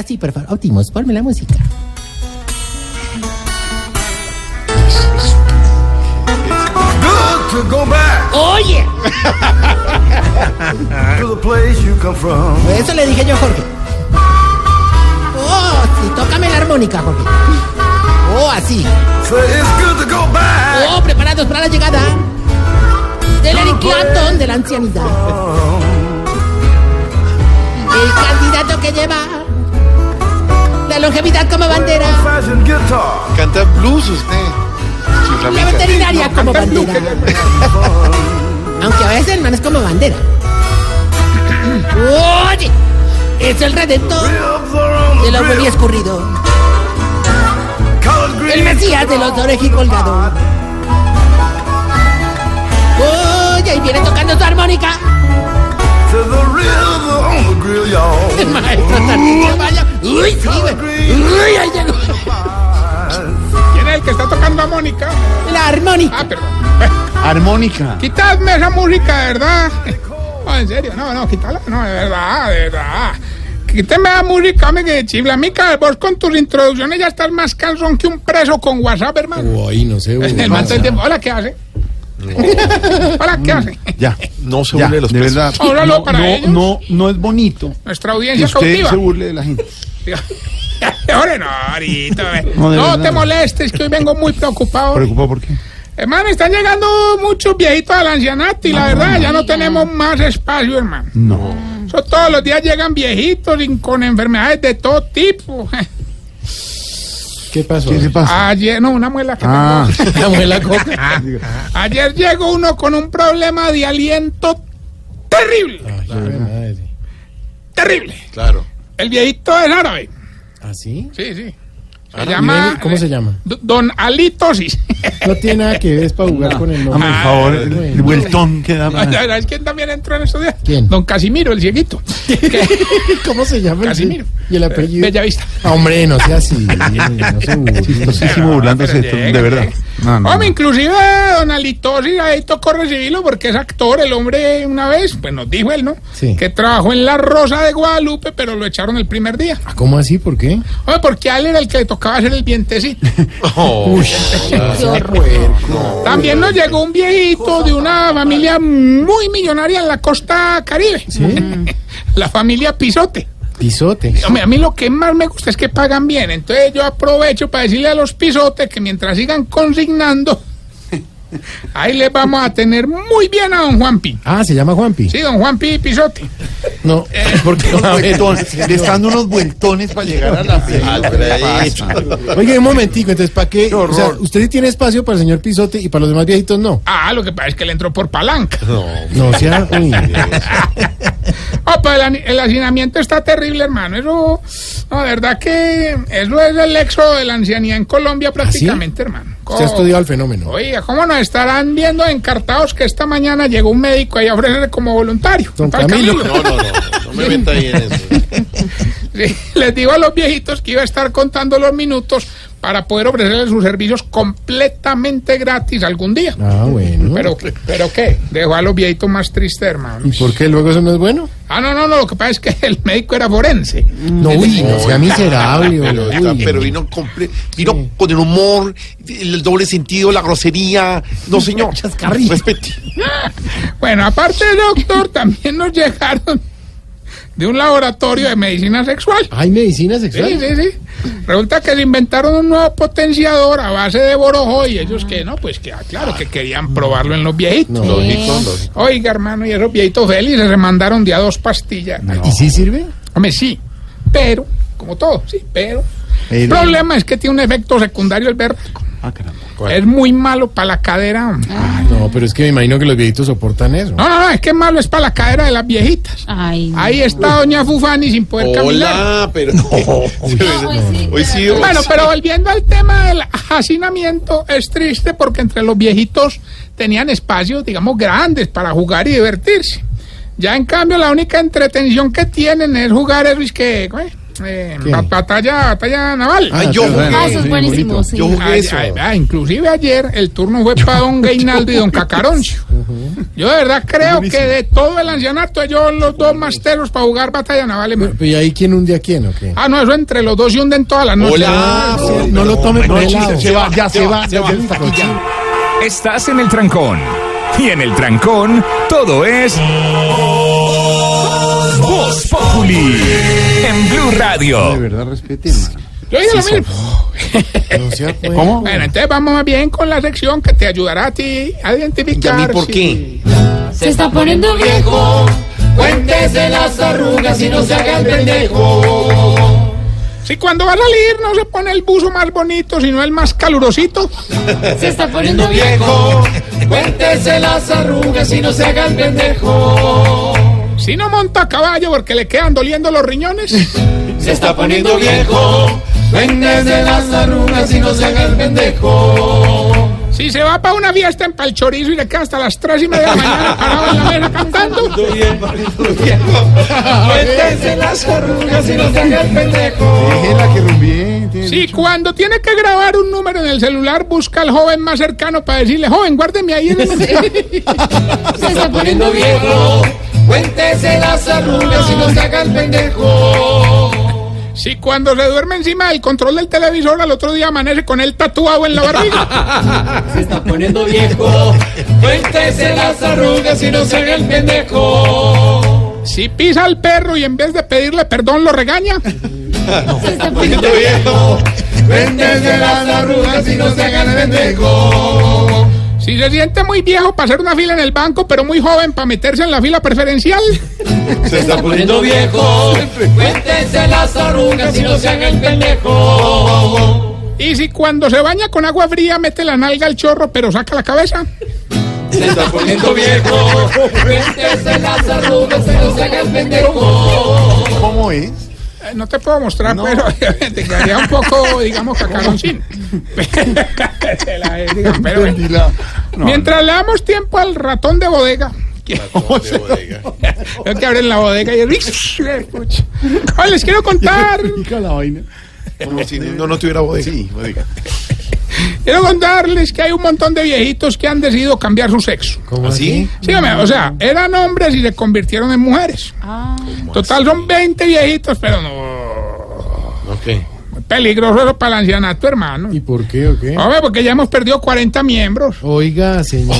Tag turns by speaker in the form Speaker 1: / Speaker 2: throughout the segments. Speaker 1: Así, por favor, Optimus, ponme la música.
Speaker 2: Good to go back
Speaker 1: ¡Oye!
Speaker 2: to the place you come from.
Speaker 1: Pues Eso le dije yo, Jorge. ¡Oh! Sí, tócame la armónica, Jorge. ¡Oh, así!
Speaker 2: Say it's good to go back.
Speaker 1: ¡Oh, preparados para la llegada! Del Eric Clapton de la ancianidad. El candidato que lleva la longevidad como bandera.
Speaker 2: Fashion guitar.
Speaker 3: Canta blues usted.
Speaker 1: La veterinaria como bandera. Aunque a veces no es como bandera. ¡Oye! Es el redentor
Speaker 2: Ribs are on
Speaker 1: del
Speaker 2: the
Speaker 1: hombre bien
Speaker 2: grill.
Speaker 1: escurrido.
Speaker 2: Colored
Speaker 1: El
Speaker 2: green.
Speaker 1: mesías de los orejas colgados. ¡Oye! Ahí viene tocando su armónica.
Speaker 2: To the river on the grill, y'all.
Speaker 1: El maestro Tarcísio Maya. ¡Uy, sí, güey! ¡Uy, ahí llegó!
Speaker 4: ¿Quién es el que está tocando a Mónica?
Speaker 1: La armónica.
Speaker 4: Ah, perdón. Bueno,
Speaker 3: Armónica.
Speaker 4: quitadme esa música, de verdad. No, en serio, no, no, quítala. No, de verdad, de verdad. Quíteme la música, hombre, que chifla. Mica, vos con tus introducciones ya estás más calzón que un preso con WhatsApp, hermano.
Speaker 5: Oh,
Speaker 3: Uy, no sé.
Speaker 4: El man todo el tiempo, Hola, ¿qué hace? Hola, ¿qué hace?
Speaker 3: Ya, no se burle de los
Speaker 5: de
Speaker 3: presos.
Speaker 5: verdad.
Speaker 4: Háblalo
Speaker 5: Mm, no,
Speaker 4: para
Speaker 5: no,
Speaker 4: ellos.
Speaker 5: no, no es bonito
Speaker 4: Nuestra
Speaker 5: que
Speaker 4: audiencia
Speaker 5: usted
Speaker 4: cautiva.
Speaker 5: se burle de la gente.
Speaker 4: Ahora no, ahorita. eh.
Speaker 5: No, de
Speaker 4: No
Speaker 5: verdad.
Speaker 4: te molestes, que hoy vengo muy preocupado.
Speaker 5: ¿Preocupado por qué?
Speaker 4: Hermano, están llegando muchos viejitos al ancianato y la verdad ya no tenemos más espacio, hermano.
Speaker 5: No.
Speaker 4: Eso todos los días llegan viejitos y con enfermedades de todo tipo.
Speaker 3: ¿Qué pasó?
Speaker 5: ¿Qué le pasa?
Speaker 4: Ayer, no, una muela que
Speaker 5: Ah,
Speaker 3: La abuela coca.
Speaker 4: tengo. Ayer llegó uno con un problema de aliento terrible, terrible.
Speaker 3: Claro.
Speaker 4: El viejito es árabe.
Speaker 3: ¿Así?
Speaker 4: Sí, sí. Se
Speaker 3: Árabe,
Speaker 4: llama,
Speaker 3: ¿Ah, ¿cómo se Ah. llama?
Speaker 4: D- Don Alitosis.
Speaker 3: No tiene nada que ver, es para jugar con
Speaker 4: Ah,
Speaker 3: el
Speaker 5: Ah, por
Speaker 3: nombre.
Speaker 5: favor, el, el vueltón que da.
Speaker 4: ¿Sabes quién también entró en estos días?
Speaker 3: ¿Quién?
Speaker 4: Don Casimiro, el cieguito.
Speaker 3: ¿Cómo se llama? el-
Speaker 4: Casimiro.
Speaker 3: Y el apellido.
Speaker 4: Bellavista.
Speaker 3: Ah, hombre, no sea así. No se burle.
Speaker 5: Chistosísimo burlándose de
Speaker 4: pero
Speaker 5: esto, de
Speaker 4: llega,
Speaker 5: verdad. No, no.
Speaker 4: Hombre, inclusive Don Alitosis ahí tocó recibirlo porque es actor, el hombre una vez, pues nos dijo él, ¿no?
Speaker 3: Sí.
Speaker 4: Que trabajó en La Rosa de Guadalupe, pero lo echaron el primer día.
Speaker 3: Ah, ¿Cómo así? ¿Por qué?
Speaker 4: Hombre, porque a él era el que le tocaba hacer el vientecito.
Speaker 5: Oh,
Speaker 4: También nos llegó un viejito de una familia muy millonaria en la costa caribe. La familia Pisote.
Speaker 3: Pisote.
Speaker 4: Hombre, a mí lo que más me gusta es que pagan bien. Entonces yo aprovecho para decirle a los pisotes que mientras sigan consignando, ahí les vamos a tener muy bien a don Juanpi.
Speaker 3: Ah, se llama Juanpi.
Speaker 4: Sí, don Juanpi Pisote.
Speaker 3: No, porque
Speaker 5: Unos vueltones, Le están dando unos vueltones para llegar a la feria.
Speaker 3: Oiga, un momentico, entonces, ¿para qué?
Speaker 5: Qué
Speaker 3: o
Speaker 5: horror.
Speaker 3: sea, usted sí tiene espacio para el señor Pisote y para los demás viejitos no.
Speaker 4: Ah, lo que pasa es que le entró por palanca.
Speaker 3: No, sea... Uy,
Speaker 4: Ah, pues el, ani- el hacinamiento está terrible, hermano. Eso, la verdad que eso es el éxodo de la ancianidad en Colombia prácticamente, hermano.
Speaker 3: ¿Ah, usted ha estudiado el fenómeno.
Speaker 4: Oiga, ¿cómo nos estarán viendo encartados que esta mañana llegó un médico ahí a ofrecerse como voluntario?
Speaker 3: Don
Speaker 4: Un tal
Speaker 3: Camilo.
Speaker 6: no, no, no me meta ahí en eso.
Speaker 4: Sí, les digo a los viejitos que iba a estar contando los minutos para poder ofrecerles sus servicios completamente gratis algún día.
Speaker 3: Ah, bueno.
Speaker 4: Pero, pero qué, dejó a los viejitos más tristes, hermano.
Speaker 3: ¿Y por qué luego eso no es bueno?
Speaker 4: Ah, no, no, no, lo que pasa es que el médico era forense.
Speaker 3: No, uy, no sea miserable.
Speaker 6: Pero,
Speaker 3: uy.
Speaker 6: está- pero vino, comple- vino con el humor, el doble sentido, la grosería. No, señor.
Speaker 3: Chascarrillo.
Speaker 6: Respete.
Speaker 4: Bueno, aparte del doctor, también nos llegaron de un laboratorio de medicina sexual.
Speaker 3: Hay medicina sexual.
Speaker 4: Sí, sí, sí. Resulta que se inventaron un nuevo potenciador a base de borojo y ellos que no, pues que ah, claro que querían probarlo en los viejitos.
Speaker 6: Lógico, lógico.
Speaker 4: Oiga, hermano, y esos viejitos felices se mandaron de a dos pastillas.
Speaker 3: ¿Y sí sirve?
Speaker 4: Hombre, sí, pero, como todo, sí, pero.
Speaker 5: Pero-
Speaker 4: El problema es que tiene un efecto secundario el verbo.
Speaker 5: Ah, caramba.
Speaker 6: ¿Cuál?
Speaker 4: Es muy malo para la cadera. hombre.
Speaker 3: Ah. No, pero es que me imagino que los viejitos soportan eso.
Speaker 4: No, no, no, es que malo es para la cadera de las viejitas.
Speaker 7: Ay.
Speaker 4: Ahí está doña Fufani sin poder caminar.
Speaker 6: Hola, pero no. Hoy sí, hoy
Speaker 4: Bueno,
Speaker 6: sí.
Speaker 4: pero volviendo al tema del hacinamiento, es triste porque entre los viejitos tenían espacios, digamos, grandes para jugar y divertirse. Ya en cambio la única entretención que tienen es jugar es que ¿cómo es? Eh,
Speaker 3: ¿Qué?
Speaker 4: ba- batalla, batalla naval.
Speaker 6: Ay, yo
Speaker 3: claro,
Speaker 6: jugué.
Speaker 7: Ah, eso es
Speaker 3: Sí,
Speaker 7: buenísimo,
Speaker 3: bonito.
Speaker 7: sí.
Speaker 6: Yo jugué
Speaker 4: Ay,
Speaker 6: eso.
Speaker 4: ay, ay, inclusive ayer el turno fue para don Gainaldo y don Cacaroncio. Yo de verdad creo que de todo el ancianato ellos los dos masteros para jugar batalla naval. hermano.
Speaker 3: ¿Y ahí quién hunde a quién o qué?
Speaker 4: Ah, no, eso entre los dos y hunden toda la noche.
Speaker 6: Hola.
Speaker 3: Sí, no lo tome por
Speaker 6: no,
Speaker 3: el
Speaker 6: sí,
Speaker 3: lado.
Speaker 6: se va, ya se va,
Speaker 3: se
Speaker 6: ya
Speaker 3: va.
Speaker 6: está aquí, ya.
Speaker 8: Estás en el trancón. Y en el trancón, todo es. Voz Populi. En Blue
Speaker 5: De
Speaker 8: Radio.
Speaker 5: verdad, respeten. mano.
Speaker 4: Yo digo lo mismo.
Speaker 3: No sea, pues.
Speaker 5: ¿Cómo?
Speaker 4: Bueno, entonces vamos más bien con la sección que te ayudará a ti a
Speaker 6: ¿Y a
Speaker 4: identificar.
Speaker 6: mí por
Speaker 4: si-
Speaker 6: qué?
Speaker 7: Se está poniendo viejo.
Speaker 5: Cuéntese las arrugas y no se haga el pendejo.
Speaker 4: Si cuando va a salir no se pone el buzo más bonito, sino el más calurosito.
Speaker 7: Se está poniendo viejo.
Speaker 5: Viejo, cuéntese las arrugas y no se haga el pendejo.
Speaker 4: Si no monta a caballo porque le quedan doliendo los riñones.
Speaker 5: Se está poniendo viejo. Cuéntese las arrugas y no se haga el pendejo.
Speaker 4: Si se va para una fiesta en Palchorizo y le queda hasta las 3 y media de la mañana parado en la vera cantando.
Speaker 5: Cuéntese las arrugas y no se haga el pendejo.
Speaker 3: Déjela que rumbie, tiene
Speaker 4: Si cuando tiene que grabar un número en el celular busca al joven más cercano para decirle, joven, guárdeme ahí en el...
Speaker 7: Se está poniendo viejo.
Speaker 5: Viejo, cuéntese las arrugas y no se haga el pendejo.
Speaker 4: Si cuando se duerme encima del control del televisor al otro día amanece con él tatuado en la barriga.
Speaker 5: Se está poniendo viejo. Cuéntese las arrugas y no se haga el pendejo.
Speaker 4: Si pisa al perro y en vez de pedirle perdón lo regaña.
Speaker 7: Se está poniendo
Speaker 5: Viejo, cuéntese las arrugas y no se haga el pendejo.
Speaker 4: Si se siente muy viejo para hacer una fila en el banco pero muy joven para meterse en la fila preferencial.
Speaker 5: Se está poniendo viejo. Cuéntese las arrugas y no se haga el pendejo.
Speaker 4: Y si cuando se baña con agua fría mete la nalga al chorro pero saca la cabeza.
Speaker 5: Se está poniendo viejo. Cuéntese las arrugas y no se haga el pendejo.
Speaker 3: ¿Cómo es?
Speaker 4: Eh, No te puedo mostrar, pero te quedaría un poco, digamos, cacaroncín. Te la he- digo, pero bueno. Mientras le damos tiempo al ratón de bodega. que- Veo que abren la bodega y escucha. Ah, les quiero contar,
Speaker 3: la vaina.
Speaker 6: Como si no, no tuviera bodega. Sí, bodega.
Speaker 4: quiero contarles que hay un montón de viejitos que han decidido cambiar su sexo.
Speaker 3: ¿Cómo
Speaker 6: ¿Así?
Speaker 3: así?
Speaker 4: Sí, hombre, o sea, eran hombres y se convirtieron en mujeres. Total, son 20 viejitos, pero no.
Speaker 6: Ok.
Speaker 4: muy Peligroso eso para el ancianato, hermano.
Speaker 3: ¿Y por qué o qué?
Speaker 4: Hombre, porque ya hemos perdido 40 miembros.
Speaker 3: Oiga, señor.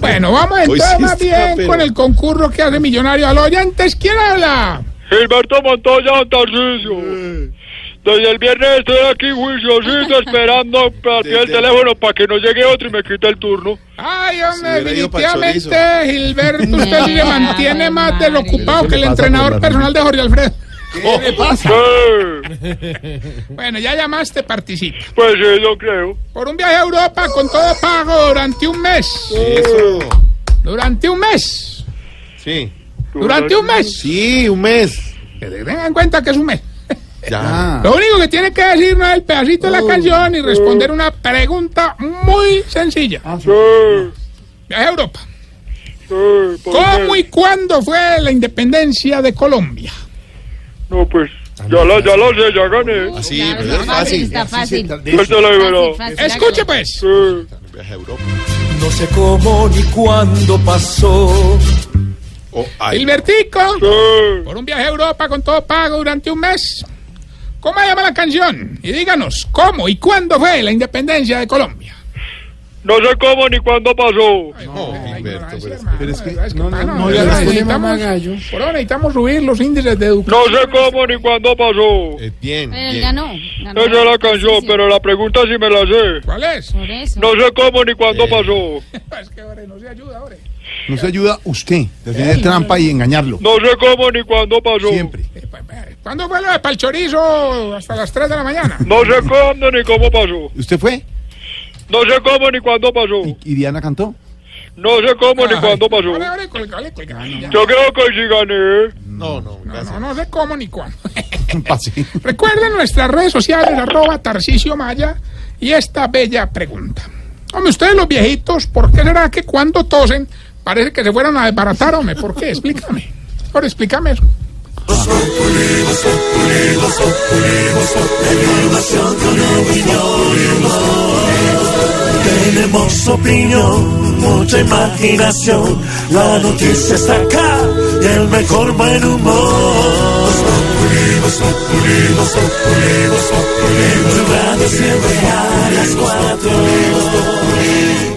Speaker 4: Bueno, vamos
Speaker 6: Hoy
Speaker 4: entonces
Speaker 6: sí
Speaker 4: más
Speaker 6: está,
Speaker 4: bien
Speaker 6: pero-
Speaker 4: con el concurso que hace Millonario al oyentes. ¿Quién habla?
Speaker 9: Gilberto Montoya Tarcisio. Desde el viernes estoy aquí juiciosito esperando para ti el teléfono para que no llegue otro y me quite el turno.
Speaker 4: Ay, hombre,
Speaker 6: Se hubiera ido pa'l
Speaker 4: definitivamente Gilberto, usted sí se mantiene más desocupado que el entrenador personal de Jorge Alfredo.
Speaker 9: Sí,
Speaker 4: Bueno, ya llamaste, participa.
Speaker 9: pues sí, yo creo.
Speaker 4: Por un viaje a Europa con todo pago durante un mes.
Speaker 6: Eso.
Speaker 4: Durante un mes.
Speaker 6: Sí.
Speaker 4: Durante un mes.
Speaker 6: Sí, un mes.
Speaker 4: Que tengan en cuenta que es un mes.
Speaker 6: Ya.
Speaker 4: Lo único que tiene que decirnos es el pedacito de
Speaker 6: Oh.
Speaker 4: la canción y responder una pregunta muy sencilla.
Speaker 6: Ah.
Speaker 9: Sí,
Speaker 4: Viaje a Europa.
Speaker 9: sí, ¿por
Speaker 4: ¿Cómo
Speaker 9: qué?
Speaker 4: y cuándo fue la independencia de Colombia?
Speaker 9: No, pues ya la, ya la sé, ya gané.
Speaker 1: Ah,
Speaker 6: Sí, pero es fácil.
Speaker 7: Está fácil.
Speaker 9: Pues te la digo, no.
Speaker 4: Escuche pues.
Speaker 9: Sí.
Speaker 6: Viaje a Europa.
Speaker 2: No sé cómo ni cuándo pasó.
Speaker 6: Oh, ay.
Speaker 4: Gilbertico,
Speaker 9: sí.
Speaker 4: por un viaje a Europa con todo pago durante un mes. ¿Cómo se llama la canción? Y díganos, ¿cómo y cuándo fue la independencia de Colombia?
Speaker 3: Eh,
Speaker 9: No sé cómo ni cuándo pasó.
Speaker 6: No, Gilberto, pero es-
Speaker 4: Pero es que
Speaker 3: no,
Speaker 4: pa,
Speaker 3: no, no,
Speaker 4: ya
Speaker 3: no,
Speaker 4: necesitamos-
Speaker 3: no, Magallo.
Speaker 4: por ahora necesitamos subir los índices de educación.
Speaker 9: No sé cómo ni cuándo pasó.
Speaker 6: eh, bien.
Speaker 7: Él
Speaker 6: bien.
Speaker 7: ganó. ganó.
Speaker 9: Esa es la canción, pero la pregunta sí me la sé.
Speaker 4: ¿Cuál es?
Speaker 7: Por eso.
Speaker 9: No sé cómo ni cuándo pasó.
Speaker 4: Es que ahora no se ayuda ahora.
Speaker 5: No se ayuda usted. Tiene trampa y engañarlo.
Speaker 9: No sé cómo ni cuándo pasó.
Speaker 5: Siempre.
Speaker 4: Eh, pa- pa- ¿Cuándo fue lo de Palchorizo hasta las 3 de la mañana?
Speaker 9: No sé cuándo ni cómo pasó.
Speaker 5: ¿Usted fue?
Speaker 9: No sé cómo ni cuándo pasó.
Speaker 10: ¿Y Diana cantó?
Speaker 9: No sé cómo ni
Speaker 4: Ay.
Speaker 9: cuándo pasó.
Speaker 4: Ahora, ahora, colga, ahora, colga.
Speaker 9: Yo creo que sí gané.
Speaker 6: No, no,
Speaker 4: No, no sé cómo ni cuándo.
Speaker 6: Pase.
Speaker 4: Recuerden nuestras redes sociales, arroba Tarcisio Maya, y esta bella pregunta. Hombre, ustedes los viejitos, ¿por qué será que cuando tosen parece que se fueron a desbaratar, hombre? ¿Por qué? Explícame. Ahora explícame eso.
Speaker 11: Tenemos opinión, mucha imaginación. La noticia está acá y el mejor buen humor. Los populimos, populimos, populimos, populimos. En tu radio siempre a las cuatro.